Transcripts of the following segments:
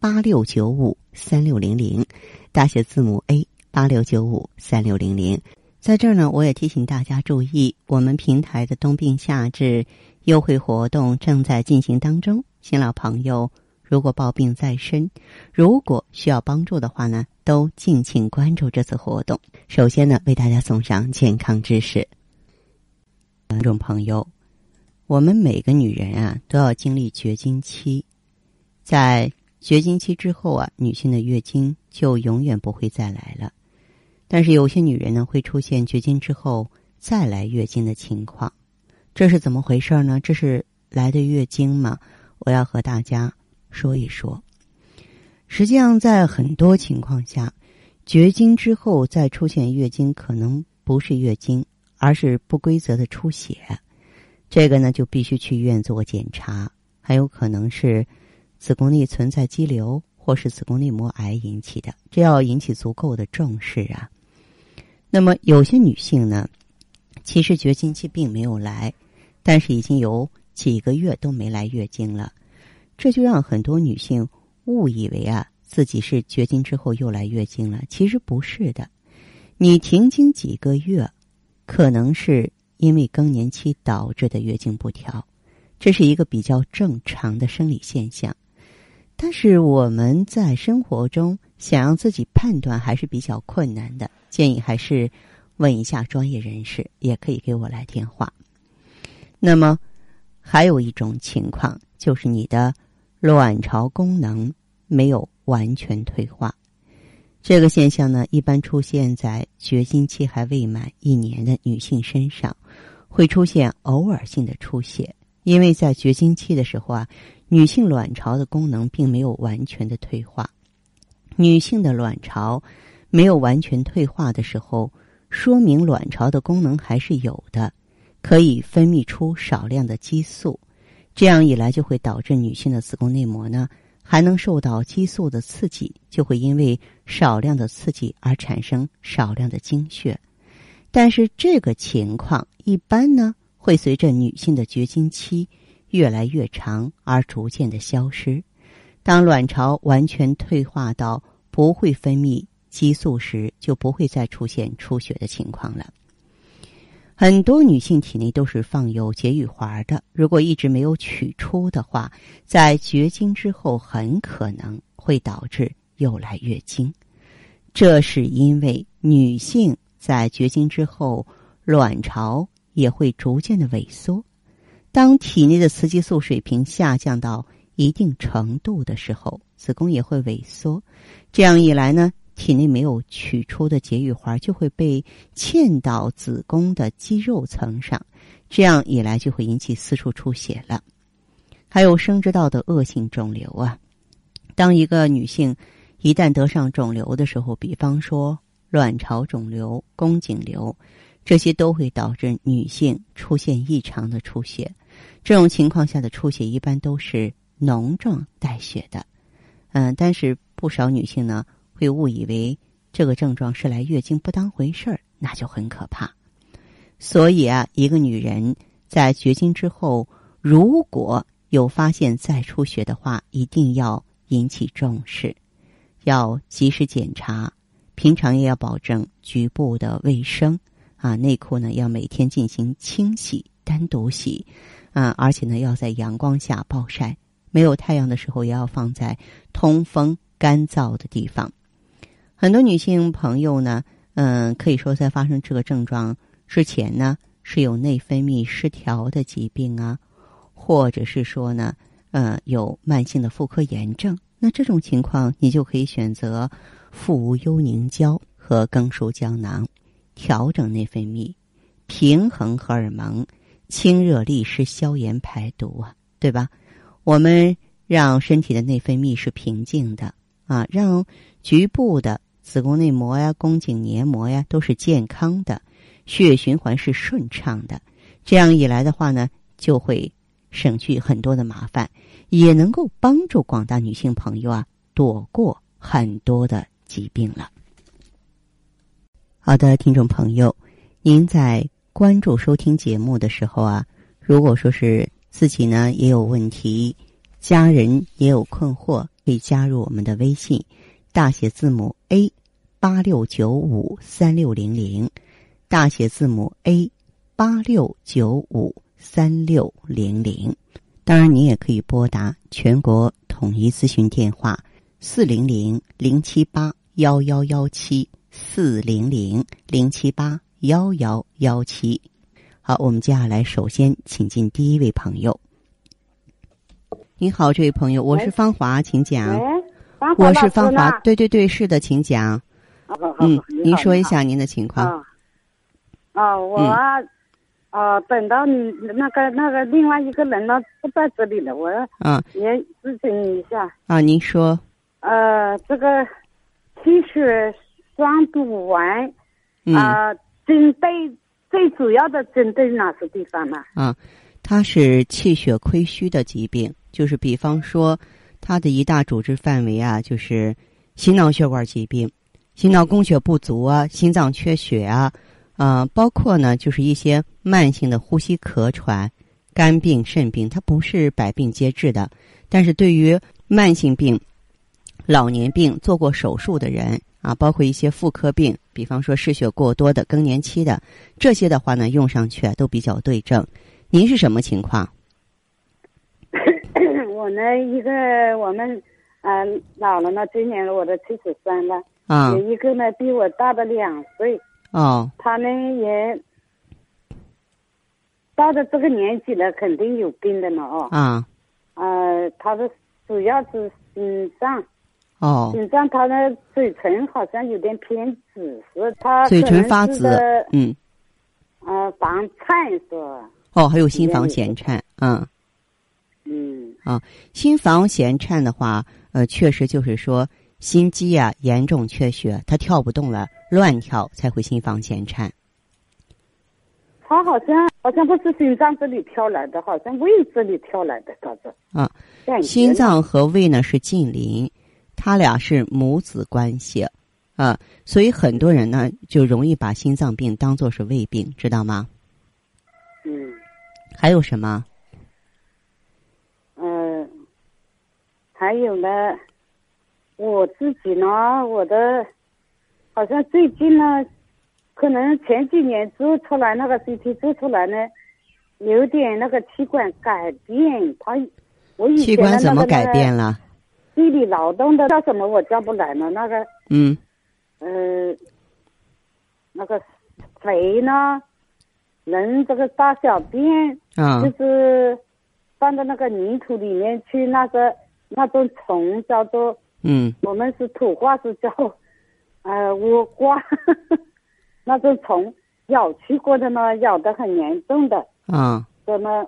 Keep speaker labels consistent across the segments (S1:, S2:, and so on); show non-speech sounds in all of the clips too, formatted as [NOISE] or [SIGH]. S1: 八六九五三六零零，大写字母 A 八六九五三六零零。在这儿呢，我也提醒大家注意，我们平台的冬病夏治优惠活动正在进行当中，新老朋友。如果抱病在身，如果需要帮助的话呢，都敬请关注这次活动。首先呢，为大家送上健康知识。观众朋友，我们每个女人啊都要经历绝经期，在绝经期之后啊，女性的月经就永远不会再来了。但是有些女人呢会出现绝经之后再来月经的情况，这是怎么回事呢？这是来的月经吗？我要和大家。说一说，实际上在很多情况下，绝经之后再出现月经，可能不是月经，而是不规则的出血。这个呢，就必须去医院做检查，还有可能是子宫内存在肌瘤或是子宫内膜癌引起的，这要引起足够的重视啊。那么有些女性呢，其实绝经期并没有来，但是已经有几个月都没来月经了。这就让很多女性误以为啊自己是绝经之后又来月经了，其实不是的。你停经几个月，可能是因为更年期导致的月经不调，这是一个比较正常的生理现象。但是我们在生活中想让自己判断还是比较困难的，建议还是问一下专业人士，也可以给我来电话。那么还有一种情况就是你的。卵巢功能没有完全退化，这个现象呢，一般出现在绝经期还未满一年的女性身上，会出现偶尔性的出血。因为在绝经期的时候啊，女性卵巢的功能并没有完全的退化。女性的卵巢没有完全退化的时候，说明卵巢的功能还是有的，可以分泌出少量的激素。这样一来，就会导致女性的子宫内膜呢，还能受到激素的刺激，就会因为少量的刺激而产生少量的经血。但是这个情况一般呢，会随着女性的绝经期越来越长而逐渐的消失。当卵巢完全退化到不会分泌激素时，就不会再出现出血的情况了。很多女性体内都是放有节育环的，如果一直没有取出的话，在绝经之后很可能会导致又来月经。这是因为女性在绝经之后，卵巢也会逐渐的萎缩。当体内的雌激素水平下降到一定程度的时候，子宫也会萎缩。这样一来呢？体内没有取出的节育环就会被嵌到子宫的肌肉层上，这样一来就会引起四处出血了。还有生殖道的恶性肿瘤啊，当一个女性一旦得上肿瘤的时候，比方说卵巢肿瘤、宫颈瘤，这些都会导致女性出现异常的出血。这种情况下的出血一般都是脓状带血的，嗯，但是不少女性呢。会误以为这个症状是来月经，不当回事儿，那就很可怕。所以啊，一个女人在绝经之后，如果有发现再出血的话，一定要引起重视，要及时检查。平常也要保证局部的卫生啊，内裤呢要每天进行清洗、单独洗啊，而且呢要在阳光下暴晒，没有太阳的时候也要放在通风、干燥的地方。很多女性朋友呢，嗯，可以说在发生这个症状之前呢，是有内分泌失调的疾病啊，或者是说呢，呃，有慢性的妇科炎症。那这种情况，你就可以选择妇无幽凝胶和更舒胶囊，调整内分泌，平衡荷尔蒙，清热利湿、消炎排毒啊，对吧？我们让身体的内分泌是平静的。啊，让局部的子宫内膜呀、宫颈黏膜呀都是健康的，血液循环是顺畅的。这样一来的话呢，就会省去很多的麻烦，也能够帮助广大女性朋友啊躲过很多的疾病了。好的，听众朋友，您在关注收听节目的时候啊，如果说是自己呢也有问题，家人也有困惑，可以加入我们的微信，大写字母 A 八六九五三六零零，大写字母 A 八六九五三六零零。当然，你也可以拨打全国统一咨询电话四零零零七八幺幺幺七四零零零七八幺幺幺七。好，我们接下来首先请进第一位朋友。你好，这位朋友，我是
S2: 喂
S1: 芳华，请讲。
S2: 喂，芳华
S1: 我是
S2: 老师
S1: 芳华
S2: 呢，
S1: 对对对，是的，请讲。
S2: 哦
S1: 嗯，您说一。
S2: 哦
S1: 下您嗯的情
S2: 哦你好
S1: 况。
S2: 啊，啊，我啊，啊等到你那个那个另外一个人呢不在这里了，我
S1: 啊
S2: 也咨询你一下。
S1: 啊，您说
S2: 呃，这个气血双补丸
S1: 嗯
S2: 啊，针对最主要的针对哪些地方呢？ [COUGHS]
S1: 啊，它是气血亏虚的疾病，就是比方说它的一大主治范围啊，就是心脑血管疾病、心脑供血不足啊、心脏缺血啊，呃，包括呢就是一些慢性的呼吸咳喘、肝病、肾病，它不是百病皆治的，但是对于慢性病、老年病、做过手术的人啊，包括一些妇科病，比方说失血过多的、更年期的这些的话呢，用上去啊都比较对症。您是什么情况？
S2: 我呢，一个我们呃老了呢，今年我都七十三了，
S1: 啊
S2: 有，一个呢比我大的两岁。
S1: 哦，
S2: 他们也到了这个年纪了，肯定有病的了哦。
S1: 啊，
S2: 呃，他的主要是心脏，
S1: 哦，
S2: 心脏他的嘴唇好像有点偏紫色，他
S1: 嘴唇发
S2: 可能是
S1: 紫
S2: 个，
S1: 嗯，
S2: 呃，房颤是吧？
S1: 哦，还有心房弦颤，嗯，
S2: 嗯
S1: 心房弦颤的话，呃，确实就是说心肌啊严重缺血，它跳不动了，乱跳才会心房弦颤。
S2: 他好像好像不是心脏这里跳来的，好像胃这里跳来的，他是
S1: 啊，
S2: 感觉
S1: 心脏和胃呢是近邻，它俩是母子关系，啊，所以很多人呢就容易把心脏病当做是胃病，知道吗？
S2: 嗯
S1: 还有什么？
S2: 嗯，还有呢，我自己呢，我的好像最近呢，可能前几年做出来那个 CT 做出来呢，有点那个器官改变，它我以
S1: 器
S2: 前的
S1: 官怎么
S2: 嗯那个
S1: 改变了？
S2: 那个地理劳动的叫什么我叫不来了，那个
S1: 嗯，
S2: 呃，那个肥呢，人这个大小便。
S1: 啊
S2: 就是放到那个泥土里面去，那个那种虫叫做
S1: 嗯
S2: 我们是土话是叫，呃倭瓜， [LAUGHS] 那种虫咬去过的呢，咬得很严重的，
S1: 啊
S2: 怎么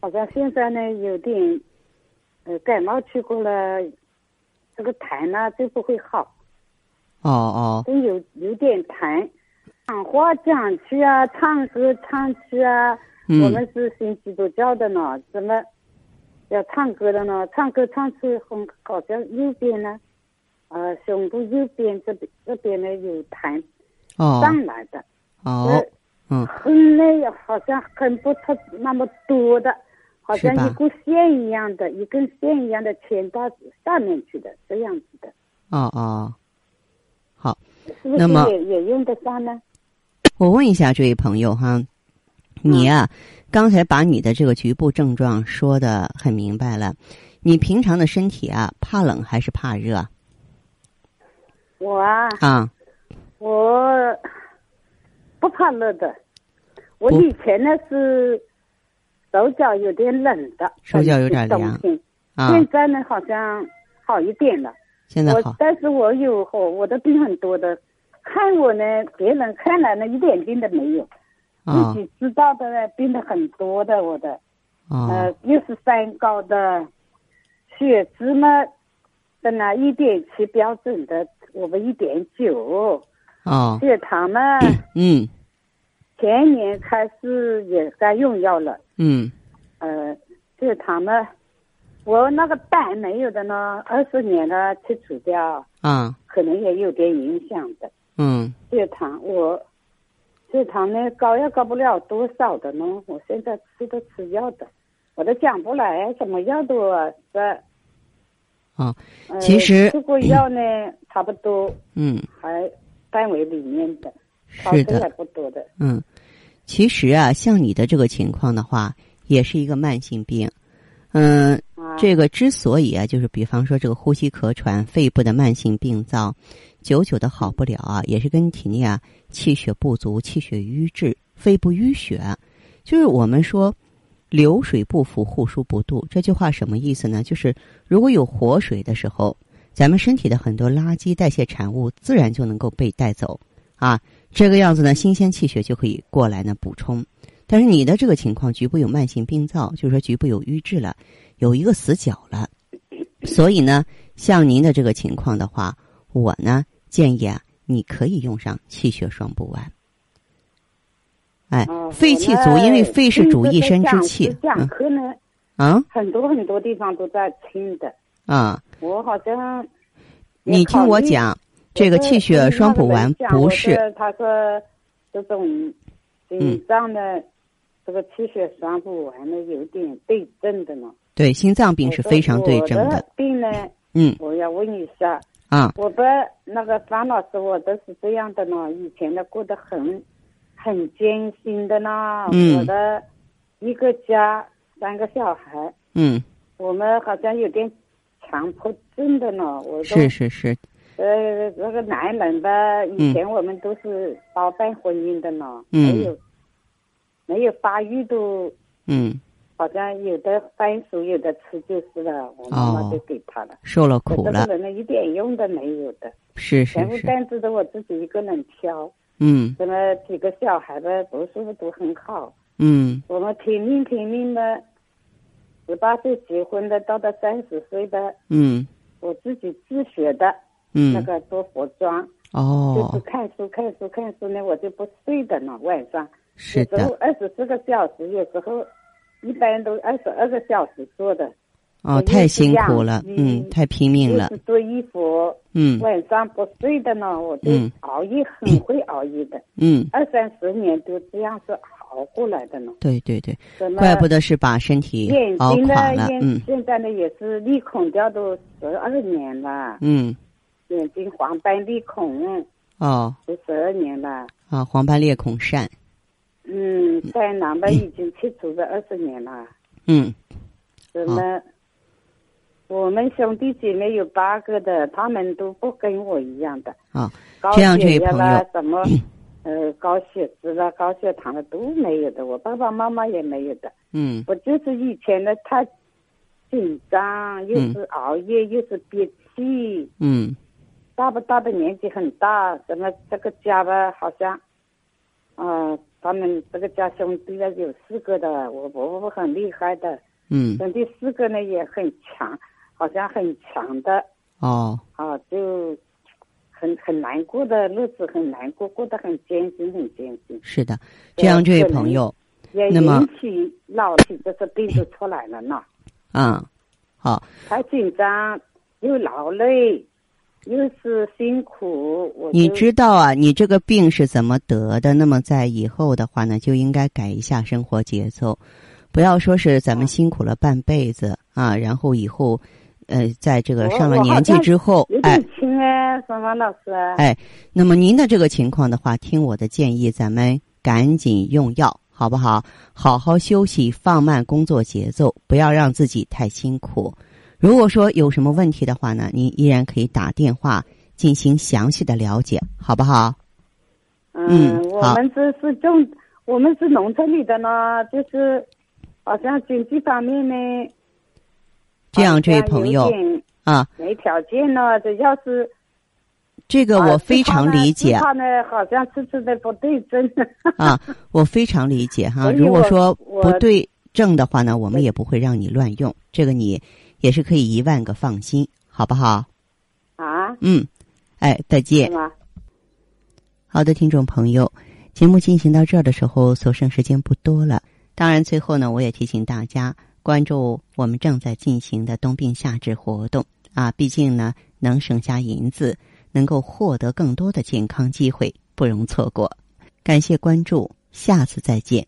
S2: 好像现在呢有点，呃感冒去过了，这个痰呢就不会好，
S1: 哦哦
S2: 都有有点痰，讲话讲去啊，唱歌唱去啊。我
S1: 嗯
S2: 们是信基督教的呢，怎么要唱歌的呢？唱歌唱出很好像右边呢，呃，胸部右边这边这边呢有痰
S1: 哦
S2: 上来的，
S1: 哦嗯
S2: 很累，好像很不出那么多的，好像
S1: 是吧
S2: 一股线一样的，一根线一样的牵到下面去的这样子的，
S1: 哦哦，好，
S2: 是不
S1: 那么
S2: 是也也用得上呢？
S1: 我问一下这位朋友哈，你啊，
S2: 嗯
S1: 刚才把你的这个局部症状说的很明白了，你平常的身体啊，怕冷还是怕热啊
S2: 我啊，
S1: 啊？
S2: 我不怕热的，我
S1: 不
S2: 以前呢是手脚有点冷的，
S1: 手脚有点凉
S2: 很冬天现在呢好像好一点了。
S1: 啊现在
S2: 嗯我
S1: 好，
S2: 但是我有我我的病很多的，看我呢，别人看来呢一点病都没有，
S1: 啊
S2: 自己知道的呢病的很多的，呃我的、
S1: 哦
S2: 呃又是三高的，血脂呢本来一点七标准的，我们一点九，
S1: 哦，
S2: 血糖呢，
S1: [COUGHS]
S2: [COUGHS]
S1: 嗯
S2: 前年开始也该用药了，
S1: 嗯
S2: 呃，血糖呢，我那个胆没有的呢，二十年了去除掉，
S1: 啊
S2: 可能也有点影响的。
S1: 嗯
S2: 血糖我血糖呢高也高不了多少的呢，我现在吃都吃药的，我都讲不来什么药都啊吃。
S1: 哦，
S2: 呃、
S1: 其实
S2: 吃过药呢，差不多
S1: 嗯
S2: 还范围里面的，超
S1: 是
S2: 出
S1: 的
S2: 还不多的。
S1: 嗯，其实啊，像你的这个情况的话，也是一个慢性病。嗯，
S2: 啊，
S1: 这个之所以啊，就是比方说这个呼吸咳喘、肺部的慢性病灶，久久的好不了啊，也是跟体内啊气血不足、气血瘀滞、肺部淤血，就是我们说“流水不腐，户枢不蠹”这句话什么意思呢？就是如果有活水的时候，咱们身体的很多垃圾代谢产物自然就能够被带走啊，这个样子呢，新鲜气血就可以过来呢补充。但是你的这个情况，局部有慢性病灶，就是说局部有瘀滞了。有一个死角了。所以呢，像您的这个情况的话，我呢建议啊，你可以用上气血双补丸。哎
S2: 哦，
S1: 肺气足，因为肺是主一身之气。
S2: 讲
S1: 嗯
S2: 课呢，
S1: 啊
S2: 很多很多地方都在听的，
S1: 啊，
S2: 我好像也
S1: 你听
S2: 考
S1: 我
S2: 虑
S1: 讲，这个气血双补丸不是嗯
S2: 他说这种紧张的，这个气血双补丸呢有点对症的呢。
S1: 对心脏病是非常对症
S2: 我
S1: 的
S2: 的。病呢，
S1: 嗯
S2: 我要问一下，
S1: 啊
S2: 我不那个方老师，我都是这样的呢，以前呢过得很很艰辛的呢，
S1: 嗯
S2: 我的一个家三个小孩，
S1: 嗯，
S2: 我们好像有点强迫症的呢，我都
S1: 是是是，
S2: 呃，那个男人吧，以前我们都是包办婚姻的呢，
S1: 嗯
S2: 没有没有发育都
S1: 嗯，
S2: 好像有的番薯有的吃就是了，我妈妈就给他了。
S1: 受了
S2: 我
S1: 哦苦
S2: 这
S1: 了
S2: 个，人呢，一点用都没有的，
S1: 是是
S2: 全部
S1: 是，
S2: 担子都我自己一个人挑。
S1: 嗯
S2: 什么几个小孩吧，读书都很好，
S1: 嗯
S2: 我们拼命拼命的，十八岁结婚的，到了三十岁的，
S1: 嗯
S2: 我自己自学的、那
S1: 嗯，
S2: 个做服装。就是
S1: 哦，
S2: 看书看书看书呢，我就不睡的呢，晚上
S1: 是
S2: 有时
S1: 的
S2: 候，二十四个小时，有时候一般都二十二个小时做的，
S1: 哦，
S2: 我就
S1: 太
S2: 是
S1: 辛
S2: 这样
S1: 苦了，
S2: 嗯
S1: 嗯，太拼命
S2: 就
S1: 了
S2: 是，做衣服，
S1: 嗯
S2: 晚上不睡的呢，我就
S1: 嗯
S2: 熬夜，很会熬夜的，
S1: 嗯，
S2: 二三十年都这样子熬过来的呢，
S1: 对对对，
S2: 什么
S1: 怪不得是把身体
S2: 眼
S1: 熬
S2: 睛呢
S1: 垮了，，
S2: 眼
S1: 嗯
S2: 现在呢也是立孔掉都十二年了，
S1: 嗯，
S2: 眼睛黄斑立孔
S1: 哦
S2: 都十二年了。
S1: 啊，黄斑裂孔疝，
S2: 嗯，在南边已经去除了二十年了。
S1: 嗯
S2: 什
S1: 哦
S2: 么？我们兄弟姐妹有八个的，他们都不跟我一样的，
S1: 啊，
S2: 高
S1: 这样这
S2: 血
S1: 位
S2: 压
S1: 朋
S2: 啦
S1: 友，嗯
S2: 什么，呃，高血脂啦、高血糖啦都没有的，我爸爸妈妈也没有的。
S1: 嗯
S2: 我就是以前呢太紧张，又
S1: 嗯
S2: 是熬夜，又是憋气，
S1: 嗯
S2: 大不大的年纪很大，什么这个家吧，好像，呃，他们这个家兄弟呢有四个的，我伯父很厉害的，
S1: 嗯，
S2: 兄弟四个呢也很强，好像很强的
S1: 哦，
S2: 啊，就很很难过的日子，很难过，过得很艰辛，很艰辛，
S1: 是的，
S2: 对
S1: 这样这位
S2: 可能
S1: 朋友
S2: 也
S1: 那么
S2: 引起老起这个病就出来了呢。
S1: 啊，好，
S2: 太紧张，又劳累，又是辛苦，我
S1: 你
S2: 就
S1: 知道啊，你这个病是怎么得的？那么在以后的话呢，就应该改一下生活节奏，不要说是咱们
S2: 嗯
S1: 辛苦了半辈子啊，然后以后，呃，在这个
S2: 我
S1: 上了
S2: 我好
S1: 年纪
S2: 像
S1: 之后
S2: 有，点
S1: 哎，
S2: 轻哎，芳芳老师。哎
S1: 哎，那么您的这个情况的话，听我的建议，咱们赶紧用药，好不好？好好休息，放慢工作节奏，不要让自己太辛苦。如果说有什么问题的话呢，您依然可以打电话进行详细的了解，好不好？嗯
S2: 嗯，我
S1: 好
S2: 们这是种，我们是农村里的呢，就是好像经济方面呢，
S1: 这样，
S2: 好像
S1: 这位朋友
S2: 有点
S1: 啊，
S2: 没条件呢。这要是
S1: 这个呃
S2: 啊
S1: 我非常理解
S2: 他呢好像吃吃的不对 [LAUGHS] 症。
S1: 啊，我非常理解哈。
S2: 所以
S1: 如果
S2: 我
S1: 说
S2: 我
S1: 不对症的话呢，我们也不会让你乱用，这个你也是可以一万个放心，好不好？
S2: 吗？
S1: 嗯，哎，再见
S2: 啊是。吗？
S1: 好的，听众朋友，节目进行到这儿的时候，所剩时间不多了。当然，最后呢，我也提醒大家关注我们正在进行的冬病夏治活动啊，毕竟呢，能省下银子，能够获得更多的健康机会，不容错过。感谢关注，下次再见。